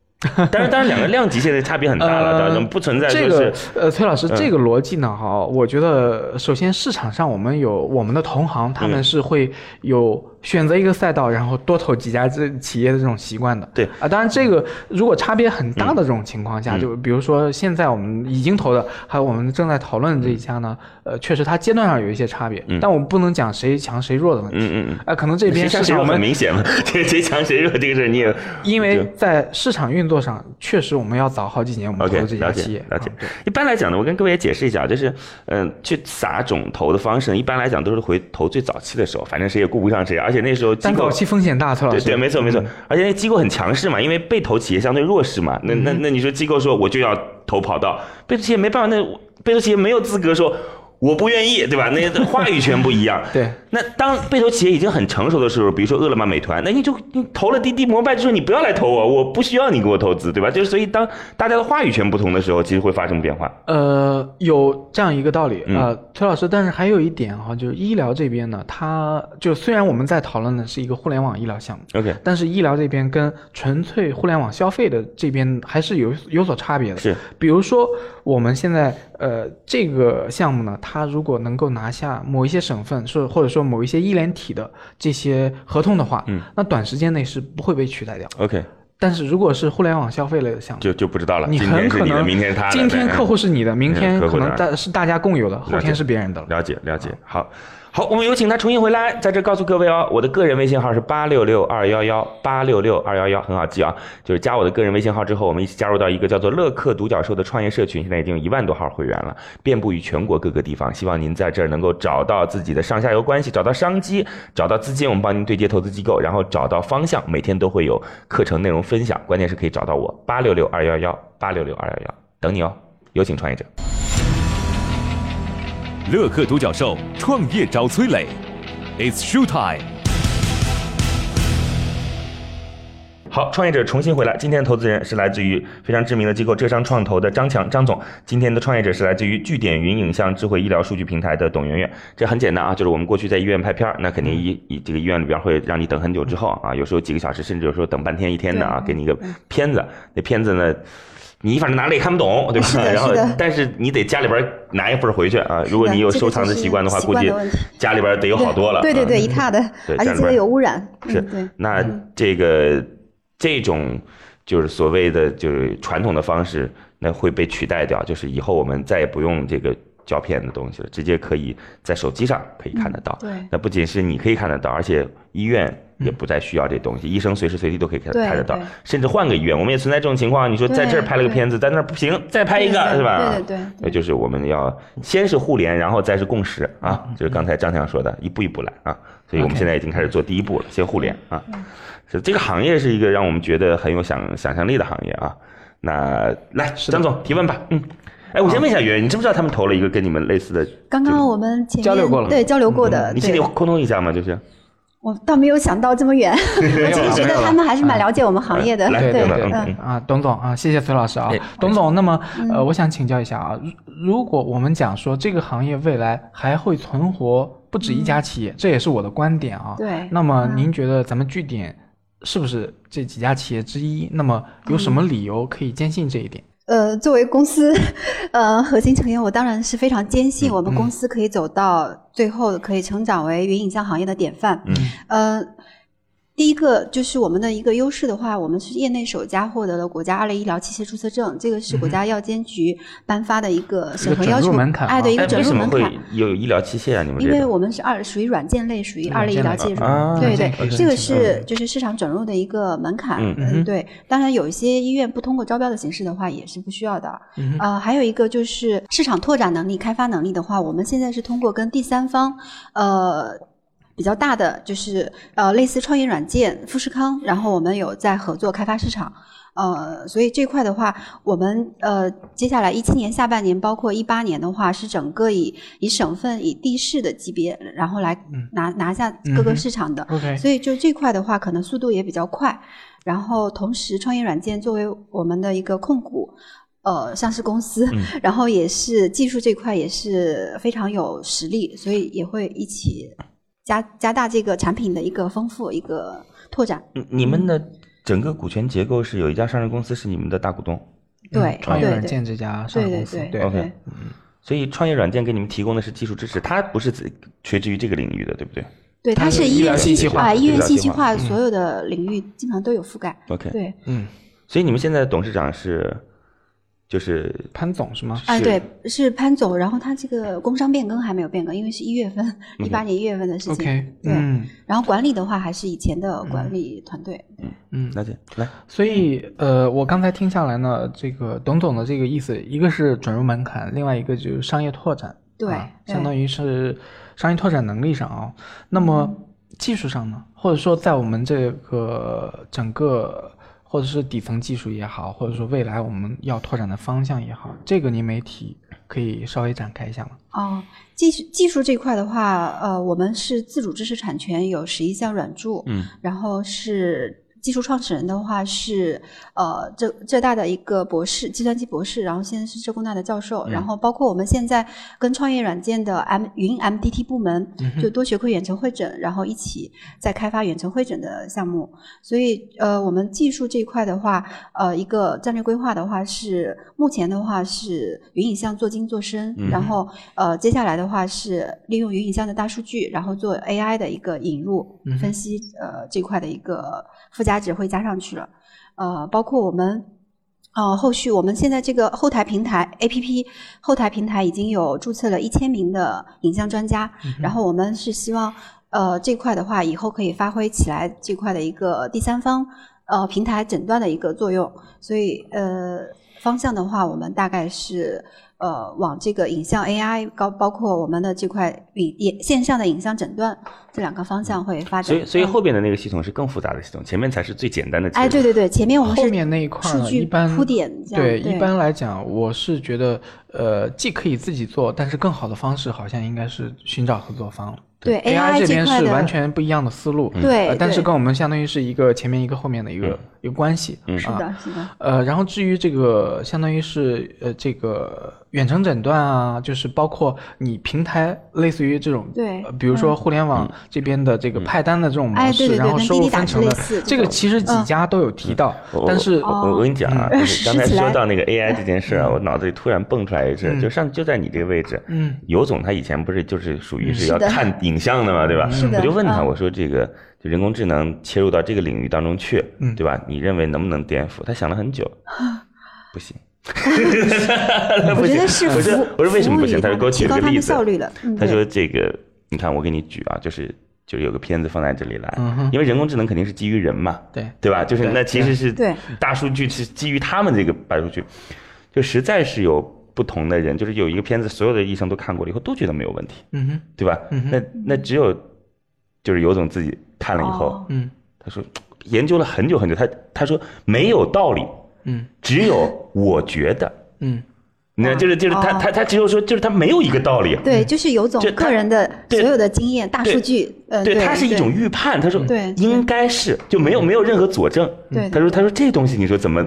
A: 当然，当然，两个量级现在差别很大了，
B: 呃
A: 当然不存在说
B: 这个
A: 是
B: 呃，崔老师，
A: 嗯
B: 这个逻辑呢，哈，我觉得首先市场上我们有我们的同行，他
A: 嗯
B: 们是会有选择一个赛道，然后多投几家这企业的这种习惯的。
A: 对
B: 啊，当然这个如果差别很大的这种情况下，
A: 嗯
B: 就比如说现在我们已经投的，还有我们正在讨论的这一家呢，呃，确实它阶段上有一些差别，
A: 嗯
B: 但我们不能讲谁强谁弱的问题。
A: 嗯嗯嗯，
B: 啊，可能这边
A: 谁强
B: 市
A: 谁
B: 场我
A: 弱很
B: 们
A: 明显嘛， 这谁强谁弱这个事儿你也
B: 因
A: 就
B: 为在市场运作上，确实我们要早好几年，我们
A: OK，
B: 投的这家
A: 了解
B: 企业。
A: 了解
B: 啊对
A: 一般来讲呢，我跟各位也解释一下，就是嗯、去撒种投的方式呢，一般来讲都是回投最早期的时候，反正谁也顾不上谁，而且那时候机
B: 但
A: 构
B: 早期风险大，崔老
A: 对
B: 师。
A: 对，没错没
B: 嗯
A: 错，而且那机构很强势嘛，因为被投企业相对弱势嘛，那那那你说机构
B: 嗯
A: 说我就要投跑道，被投企业没办法，那我被投企业没有资格说我不愿意，对吧？那话语权不一样。
B: 对，
A: 那当被投企业已经很成熟的时候，比如说饿了么、美团，那你就你投了滴滴、摩拜之后，你不要来投我，我不需要你给我投资，对吧？就是所以当大家的话语权不同的时候，其实会发生变化。
B: 呃，有这样一个道理
A: 嗯
B: 啊、呃，崔老师，但是还有一点哈、就是医疗这边呢，它就虽然我们在讨论的是一个互联网医疗项目，
A: OK，
B: 但是医疗这边跟纯粹互联网消费的这边还是有有所差别的。
A: 是，
B: 比如说我们现在呃这个项目呢，它如果能够拿下某一些省份，是或者说某一些医联体的这些合同的话，
A: 嗯，
B: 那短时间内是不会被取代掉。
A: OK，
B: 但是如果是互联网消费类的项目，
A: 就就不知道了。
B: 你
A: 今
B: 很
A: 天是
B: 可
A: 你的，
B: 能
A: 明天是他的。
B: 今天
A: 对
B: 客户是你的，明
A: 嗯
B: 天
A: 客户
B: 可
A: 的
B: 能大是大家共有的，后
A: 了解
B: 天是别人的了。
A: 了解了解，好。好，我们有请他重新回来，在这告诉各位哦，我的个人微信号是八六六二幺幺八六六二幺幺，很好记啊，就是加我的个人微信号之后，我们一起加入到一个叫做乐客独角兽的创业社群，现在已经有一万多号会员了，遍布于全国各个地方，希望您在这儿能够找到自己的上下游关系，找到商机，找到资金，我们帮您对接投资机构，然后找到方向，每天都会有课程内容分享，关键是可以找到我八六六二幺幺八六六二幺幺，等你哦，有请创业者。
C: 乐客独角兽创业找崔磊，It's show time。
A: 好，创业者重新回来。今天的投资人是来自于非常知名的机构浙商创投的张强张总。今天的创业者是来自于聚点云影像智慧医疗数据平台的董媛媛。这很简单啊，就是我们过去在医院拍片儿，那肯定医
D: 嗯
A: 医这个医院里边会让你等很久之后啊，有时候几个小时，甚至有时候等半天一天的啊，
D: 对嗯
A: 给你一个片子。那片子呢，你反正拿了也看不懂，对吧？
D: 是的
A: 然后
D: 是的，
A: 但是你得家里边拿一份回去啊。如果
D: 是的
A: 你有
D: 这个
A: 收藏
D: 就
A: 的
D: 是
A: 习惯的话，
D: 习
A: 估
D: 惯
A: 计
D: 的问题
A: 家里边得有好多了。
D: 对对
A: 嗯
D: 对，一看的，
A: 对家
D: 而且
A: 里
D: 记
A: 边
D: 得有污染。
A: 是
D: 嗯、对。
A: 那这个这种就是所谓的就是传统的方式，那会被取代掉，就是以后我们再也不用这个胶片的东西了，直接可以在手机上可以看得到。
D: 对
A: 那不仅是你可以看得到，而且医院。也不再需要这东西，医生随时随地都可以看
D: 嗯对
A: 拍得到
D: 对，
A: 甚至换个医院，我们也存在这种情况。你说在这儿
D: 对
A: 拍了个
D: 对
A: 片子，在那儿不行，再拍一个
D: 对
A: 是吧？
D: 对对对
A: 那就是我们要先是互联，然后再是共识啊，
D: 嗯
A: 就是刚才张强说的，一步一步来啊。所以我们
B: OK
A: 现在已经开始做第一步了，先互联啊。
D: 嗯
A: 是这个行业是一个让我们觉得很有想想象力的行业啊。那来，
B: 是的
A: 张总提问吧。嗯，哎，我先问一下圆圆，你知不知道他们投了一个跟你们类似的？
D: 刚刚我们前面
B: 交流过了
D: 对交流过的，
A: 嗯你心里
D: 呃对
A: 沟通一下吗？就是
D: 我倒没有想到这么远，
B: 没有
D: 我
B: 了，
D: 觉
B: 没
D: 得
B: 有
D: 他
B: 了。
D: 们还是蛮了解我们行业的。
A: 嗯来，
B: 对
A: 等等，
B: 对
A: 嗯
D: 嗯
A: 嗯，
B: 啊，董总啊，谢谢崔老师啊
A: 哎，
B: 董总，那么呃，我想请教一下啊，如如果我们讲说这个行业未来还会存活不止一家企业，这也是我的观点啊。
D: 嗯对，
B: 那么
D: 嗯
B: 您觉得咱们据点是不是这几家企业之一？那么有什么
D: 嗯
B: 理由可以坚信这一点？
D: 呃，作为公司，呃，核心成员，我当然是非常坚
B: 嗯
D: 信我们公司可以走到最后，可以成长为云影像行业的典范。
A: 嗯，
D: 呃，第一个就是我们的一个优势的话，我们是业内首家获得了国家二类医疗器械注册证，这个是国家药监局颁发的一个审核
B: 嗯一个准
D: 要
B: 入
D: 求，
B: 门槛啊
D: 哎，对，一
A: 哎
D: 个，准
A: 为
D: 入
A: 什么
D: 门
A: 会
D: 槛。
A: 有医疗器械啊？你们
D: 因
A: 这
D: 为
A: 个
D: 我们是二属于软件类，属于
B: 软
D: 二类医
B: 件
D: 疗
B: 类
D: 技术。
A: 啊
D: 对
B: 软
D: 对
B: 件类，
D: 这个
B: 软件嗯类
D: 是就是市场准入的一个门槛。
A: 嗯
B: 嗯哼
D: 对。当然，有一些医院不通过招标的形式的话，也是不需要的。
B: 嗯哼
D: 呃，还有一个就是市场拓展能力、开发能力的话，我们现在是通过跟第三方，呃。比较大的就是呃，类似创业软件、富士康，然后我们有在合作开发市场，呃，所以这块的话，我们呃接下来一七年下半年，包括一八年的话，是整个以以省份、以地市的级别，然后来
B: 嗯
D: 拿、拿下各
B: 嗯
D: 个
B: 哼
D: 市场的。
B: OK，
D: 所以就这块的话，可能速度也比较快。然后同时，创业软件作为我们的一个控股，呃，上市公司，
A: 嗯
D: 然后也是技术这块也是非常有实力，所以也会一起加加大这个产品的一个丰富一个拓展。
A: 你嗯你们的整个股权结构是有一家上市公司是你们的大股东，
D: 对，
B: 嗯创业
D: 对
B: 软
D: 对
B: 件这家上
D: 对
B: 市
D: 对
B: 公司
D: 对，
B: 对
A: OK 所以创业软件给你们提供的是技术支持，它不是自垂直于这个领域的，对不对
D: 对，它
B: 是
D: 是
B: 医
D: 医
B: 疗
D: 院
B: 信息化
D: 啊，医
A: 医
D: 院
A: 疗信
D: 信
A: 息
D: 息
A: 化
D: 化所有的领域基本上都有覆盖。
A: ？OK，
D: 对，
B: 嗯，
A: 所以你们现在的董事长是就是
B: 潘总是吗？
D: 哎，
A: 是
D: 对，是潘总，然后他这个工商变更还没有变更，因为是一月份，一八
A: OK
D: 年一月份的事
B: 嗯
D: 情。
B: OK，
D: 对
B: 嗯
D: 然后管理的话，还是以前的管理团队。
B: 嗯，
A: 了解来，
B: 所以呃，我刚才听下来呢，这个董总的这个意思，一个是准入门槛，另外一个就是商业拓展，
D: 对
B: 啊
D: 对
B: 相当于是商业拓展能力上啊、那么
D: 嗯
B: 技术上呢，或者说在我们这个整个。或者是底层技术也好，或者说未来我们要拓展的方向也好，这个您媒体可以稍微展开一下吗？
D: 哦，技术技术这块的话，呃，我们是自主知识产权有十一项软著，
A: 嗯，
D: 然后是技术创始人的话是呃浙浙大的一个博士，计算机博士，然后现在是浙工大的教授，然后包括我们现在跟创业软件的 M 云 MDT 部门，就多学科远程会诊，然后一起在开发远程会诊的项目，所以呃，我们技术这一块的话，呃，一个战略规划的话是目前的话是云影像做精做深，
B: 嗯
D: 然后呃，接下来的话是利用云影像的大数据，然后做 AI 的一个引入
B: 嗯哼
D: 分析，呃，这块的一个附加值会加上去了，呃，包括我们。呃，后续我们现在这个后台平台 APP 后台平台已经有注册了一千名的影像专家，
A: 嗯
D: 然后我们是希望，呃，这块的话以后可以发挥起来这块的一个第三方呃平台诊断的一个作用，所以呃方向的话，我们大概是呃往这个影像 AI 高包括我们的这块影也线上的影像诊断这两个方向会发展。
A: 所以所以
D: 嗯
A: 后边的那个系统是更复杂的系统，前面才是最简单的。
D: 哎对，对对，前面我们是
B: 后面那一块儿
D: 数
B: 呢
D: 据
B: 一般
D: 铺垫这样
B: 对，
D: 对
B: 一般来讲，我是觉得，呃，既可以自己做，但是更好的方式好像应该是寻找合作方。
D: 对 AI
B: AI 这边
D: 这块
B: 是
D: 的
B: 完全不一样的思路，
D: 对
B: 呃但是
D: 对
B: 跟我们相当于是一个前面一个后面的一个、
A: 嗯
B: 一个关系，
A: 嗯
D: 是
B: 啊
D: 的，是 的，
B: 呃，然后至于这个，相当于是呃，这个远程诊断啊，就是包括你平台，类似于这种，
D: 对嗯
B: 呃比如说互联
A: 嗯
B: 网这边的这个派单的这种模式，
D: 哎对对对
B: 然后
D: 跟
B: 收
D: 滴
B: 入
D: 滴打
B: 分
D: 车
B: 成
D: 类
B: 的
D: 似，
B: 这
D: 这
B: 个
D: 种
B: 其实几
D: 嗯
B: 家都有提到，
A: 嗯哦
B: 但是
A: 我我我跟你讲啊，
D: 嗯
A: 就是刚才
D: 拾起来嗯
A: 说到那个 AI 这件事啊，我脑子里突然蹦出来一只，
B: 嗯
A: 就上就在你这个位置，
B: 嗯，
A: 尤总他以前不是就是属于是
D: 是
A: 要
D: 的
A: 看影像的 嘛，对吧？
D: 是的
A: 我就问他，
D: 嗯
A: 我说这个就人工智能切入到这个领域当中去，
B: 嗯
A: 对吧？你认为能不能颠覆？他想了很 久，不行。
D: 我觉得是
A: 我说
D: 服，
A: 我说为什么不行？
D: 服务于
A: 他就给我举
D: 提
A: 了
D: 高
A: 个
D: 他
A: 例
D: 们
A: 子，
D: 效率了。嗯
A: 他
D: 对
A: 说这个，你看我给你举啊，就是就是有个片子放在这里来，
B: 嗯哼
A: 因为人工智能肯定是基于人嘛，
B: 对，
A: 对吧？就是
B: 对
A: 那其实是
D: 对
A: 大数据是基于他们这个大数据，就实在是有不同的人，就是有一个片子，所有的医生都看过了以后都觉得没有问题，
B: 嗯哼，
A: 对吧？
B: 嗯哼
A: 那那只有就是尤总自己看了以后，
D: 哦
B: 嗯
A: 他说研究了很久很久，他他说没有道理，
B: 嗯
A: 只有我觉得，
B: 嗯，
A: 那就是就是他
D: 哦
A: 他他只有说就是他没有一个道理，啊
D: 对，就是有种
A: 这他
D: 个人的
A: 对
D: 所有的经验、大数据，嗯，
A: 对，
D: 对，
A: 它是一种预判。他说，
D: 对嗯
A: 应该是就没有没有任何佐证。
D: 对
A: 他说他说这东西你说怎么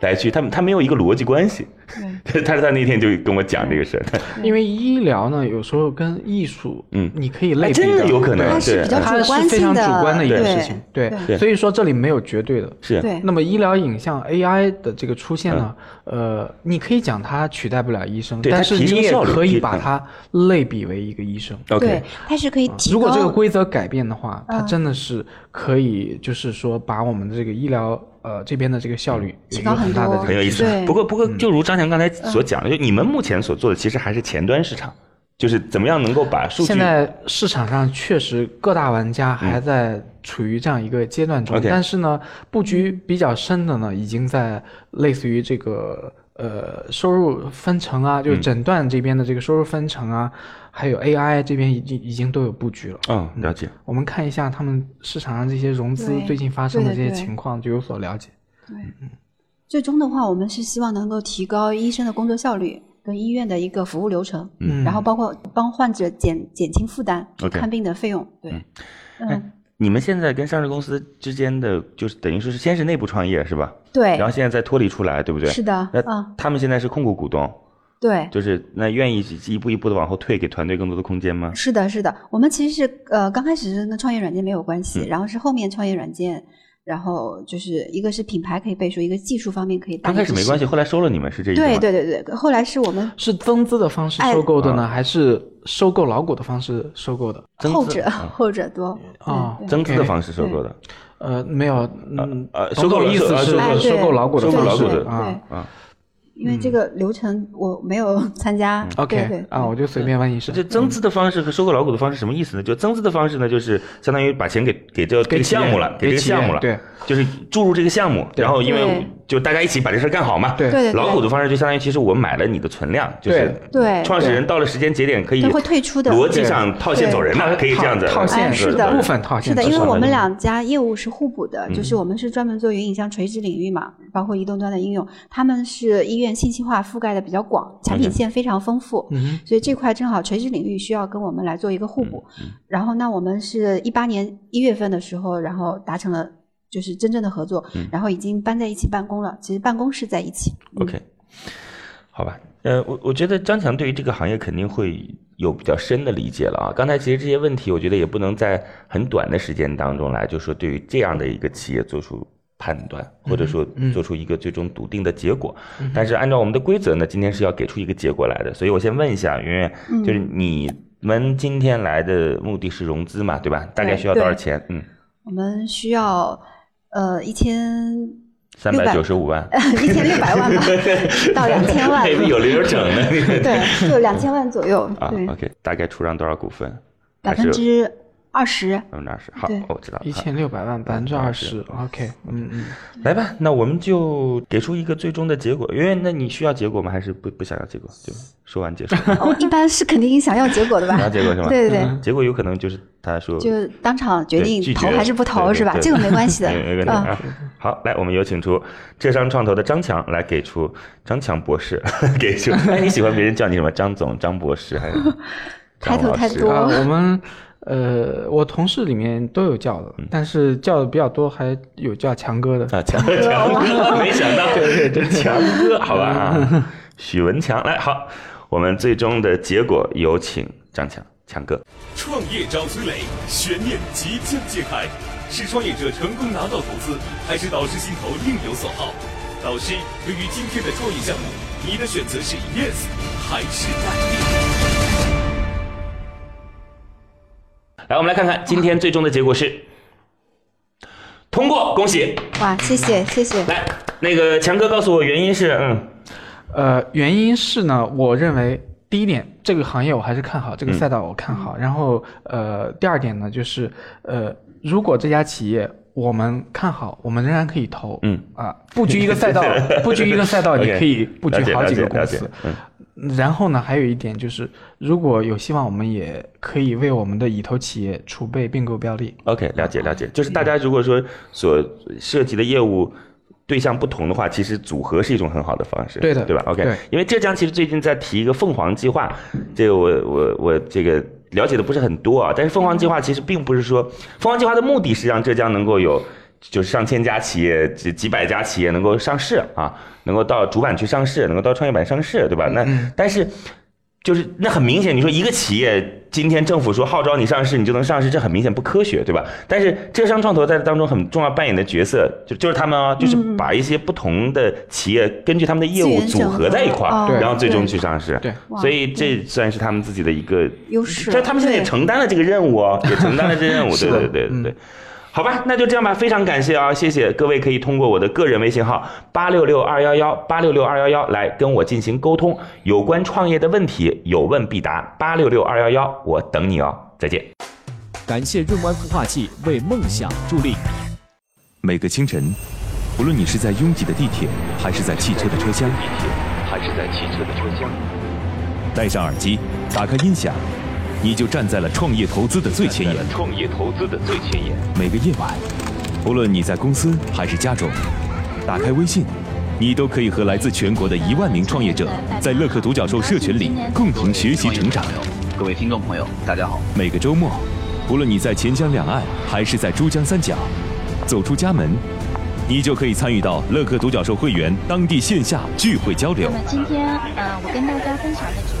A: 来去？他他没有一个逻辑关系。 他他他那天就跟我讲这个事儿，
B: 因为医疗呢，有时候跟艺术，
A: 嗯
B: 你可以类
A: 哎
B: 比
A: 真的有可能
D: 它是比较
B: 呃它
D: 主
B: 是
D: 观
B: 非常
D: 性
B: 主观的一件
D: 对
B: 事情，对，
A: 对
B: 所以说这里没有绝对的，
A: 是
D: 对
B: 那么医疗影像 AI 的这个出现呢，呃，你可以讲它取代不了医生，
A: 嗯对
B: 但
A: 它
B: 是
A: 提升
B: 你也
A: 效率
B: 可
A: 提
B: 以把
A: 嗯哦
B: 它类比为一个医生。
D: 对
A: OK，，
D: 它是可以提
B: 啊如
D: 高。
B: 果这个规则改变的话，它
D: 哦嗯
B: 真的是可以，就是说把我们的这个医疗呃这边的这个效率有
D: 提
B: 一
D: 高
B: 个
D: 很
B: 大的
D: 多
B: 这
A: 很
B: 个
A: 有意
B: 提
A: 思嗯
B: 升。
D: 对。
A: 不过不过，就如张强刚才所讲的，就你们目前所做的其实还是前端市
D: 嗯
A: 场，就是怎么样能够把数据
B: 现在市场上确实各大玩家还在处于这样一个阶段中，
A: 嗯 OK
B: 但是呢，布局比较深的呢，已经在类似于这个呃收入分成啊，
A: 嗯
B: 就是诊断这边的这个收入分成啊，还有 AI 这边已经已经都有布局了。
A: 嗯了解。
B: 我们看一下他们市场上这些融资
D: 对
B: 最近发生的这
D: 对
B: 些
D: 对对
B: 情况，就有所了解。
D: 最终的话，我们是希望能够提高医生的工作效率跟医院的一个服务流程，
B: 嗯
D: 然后包括帮患者减减轻负担、
A: OK 哎
D: 看病的费用。对，嗯，
A: 你们现在跟上市公司之间的，就是等于说是先是内部创业是吧？
D: 对
A: 然，后现在再脱离出来，对不对？
D: 是的
A: 那，
D: 嗯，
A: 他们现在是控股股东，
D: 对，
A: 就是那愿意一步一步的往后退，给团队更多的空间吗？
D: 是的，是的，我们其实是呃刚开始是跟创业软件没有关系，
A: 嗯
D: 然后是后面创业软件，然后就是一个是品牌可以背书，一个技术方面可以大
A: 刚
D: 力
A: 开始
D: 支
A: 没
D: 持
A: 关系，。后来收了你们是这意思吗？
D: 对对对对，后来是我们
B: 是增资的方式
D: 哎
B: 收购
A: 啊
B: 的呢，还是收购老股的方式收购的？
A: 增
D: 后
A: 资
D: 者
A: 啊
D: 后者多
B: 啊
D: 对对
A: 增资的
B: OK
A: 方式收购的
B: 呃，没有，嗯，
A: 呃呃
B: 收
A: 收购
B: 购
A: 了
B: 意
A: 收
B: 思
A: 呃
B: 是
A: 收
D: 哎对
B: 收购老股的
A: 收购
B: 方
A: 老
B: 式
A: 股的
B: 啊。
D: 嗯
A: 啊，
D: 因为
A: 嗯
D: 这个流程我没有参加。对
B: OK
D: 对
B: 啊，我就随便问一
A: 这
B: 声
A: 这，增资的方式和收购老股的方式什么意思呢？就增资的方式呢，就是相当于把钱给给这这
B: 给
A: 个
B: 企业
A: 项目了，给这
B: 给
A: 个
B: 企业
A: 项目了，
B: 对，
A: 就是注入这个项目，
B: 对
A: 然后因为
D: 对
A: 就大家一起把这事儿干好嘛。
B: 对
D: 对对
A: 老股的方式就相当于其实我买了你的存量，就是
D: 对
A: 创始人到了时间节点可以
D: 对会退出的
A: 逻辑上套现走人了，嗯
B: 套
A: 可以这样子
B: 套套现
D: 哎是的
B: 部分套现
D: 是的，
B: 至
D: 因为
B: 少
D: 我们
A: 能
D: 两家业务是互补的，就是我们是专门做云影像垂直领域嘛，包括移动端的应用，他们是医院信息化覆盖的比较广，产品线非常丰富，
B: 嗯
D: 所以这块正好垂直领域需要跟我们来做一个互补。然后，那我们是一八年一月份的时候，然后达成了就是真正的合作，然后已经搬在一起办公了，其实办公室在一起。嗯
A: OK，好吧，呃，我我觉得张强对于这个行业肯定会有比较深的理解了啊。刚才其实这些问题，我觉得也不能在很短的时间当中来，就说对于这样的一个企业做出。判断，或者说
B: 嗯
A: 做出一个最终笃定的结果，
D: 嗯
A: 但是按照我们的规则呢，今天是要给出一个结果来的。所以我先问一下圆圆，
D: 嗯
A: 就是你们今天来的目的是融资嘛，嗯对吧？大概需要多少
D: 对
A: 钱？嗯，
D: 我们需要呃一千
A: 三百九十五万，，
D: 一千六百万吧，到呃两千万
A: 有零有整 的。
D: 对，就两千万左右，
A: 啊
D: 对，
A: ，OK，大概出让多少股份？
D: 百分之二十。
A: 百分之二嗯十。好
D: 对，
A: 我知道了。
B: 一千六百万，百分之二十，OK，嗯嗯，
A: 来吧，那我们就给出一个最终的结果。因为那你需要结果吗？还是不不想要结果？就说完结束。
D: 我哦一般是肯定想要结果的吧
A: 想要？结果是吗？
D: 对对对，
A: 结果有可能就是他说
D: 就当场决
A: 对
D: 定
A: 拒
D: 投
A: 绝
D: 还是不投
A: 对
D: 是吧？
A: 对
D: 这个没关系的，
A: 没问题
D: 嗯，
A: 啊。好，来，我们有请出浙商创投的张强来给出张强博士 给出。哎，你喜欢别人叫你什么？张总、张博士还是
D: 抬头
A: 张老
D: 太
A: 师
D: 多
B: 啊，我们呃，我同事里面都有叫
A: 嗯
B: 的，但是叫的比较多，还有叫强哥的，
A: 啊，强哥，强哥， 没想到，对对对，强哥，好吧 啊，许文强，来好，我们最终的结果有请张强，强哥，
C: 创业找崔磊，悬念即将揭开，是创业者成功拿到投资，还是导师心头另有所好？导师，对于今天的创业项目，你的选择是 yes 还是 no？
A: 来，我们来看看今天最终的结果是通过，恭喜！
D: 哇，谢谢谢谢，
A: 来，那个强哥告诉我原因是，嗯，
B: 呃，原因是呢，我认为第一点，这个行业我还是看好，
A: 嗯
B: 这个赛道我看好。然后呃，第二点呢，就是呃，如果这家企业我们看好，我们仍然可以投。
A: 嗯
B: 啊，布局一 个赛道，布局一个赛道，你
A: OK，
B: 可以布
A: 了
B: 局
A: 解
B: 好几个
A: 了解了
B: 公
A: 解
B: 司。
A: 嗯
B: 然后呢，还有一点就是，如果有希望，我们也可以为我们的已投企业储备并购标的。
A: OK，了解了解，就是大家如果说所涉及的业务对象不同的话，其实组合是一种很好的方式，
B: 对的
A: 对吧？OK，
B: 对
A: 因为浙江其实最近在提一个凤凰计划，这个我我我这个了解的不是很多啊，但是凤凰计划其实并不是说凤凰计划的目的是让浙江能够有。就是上千家企业、几几百家企业能够上市啊，能够到主板去上市，能够到创业板上市，对吧？那但是就是那很明显，你说一个企业今天政府说号召你上市，你就能上市，这很明显不科学，对吧？但是浙商创投在当中很重要扮演的角色，就就是他们啊，就是把一些不同的企业根据他们的业务
D: 嗯资源
A: 组
D: 整
A: 合
D: 合
A: 在一块
D: 哦
A: 儿，
B: 对
A: 然后最终去上市。
B: 对
D: 哇
A: 所以这算是他们自己的一个
D: 优势
A: 这他们现在也
D: 对
A: 承担了这个任务哦，也承担了这任务，对
B: 是的
A: 对对对
B: 嗯
A: 对。好吧，那就这样吧。非常感谢啊，谢谢各位，可以通过我的个人微信号八六六二幺幺八六六二幺幺来跟我进行沟通，有关创业的问题有问必答，八六六二幺幺，我等你哦，再见。
E: 感谢润湾孵化器为梦想助力。
C: 每个清晨，不论你是在拥挤的地铁，还是在汽车的车厢，
F: 还是在汽车的车厢。
C: 戴上耳机，打开音响，你就站在了创业投资的最前沿。
F: 创业投资的最前沿。
C: 每个夜晚，不论你在公司还是家中，打开微信，你都可以和来自全国的一万名创业者，在乐客独角兽社群里共同学习成长。
G: 各位听众朋友，大家好。
C: 每个周末，不论你在钱江两岸还是在珠江三角，走出家门，你就可以参与到乐客独角兽会员当地线下聚会交流
H: 那。么今天，呃，我跟大家分享的主题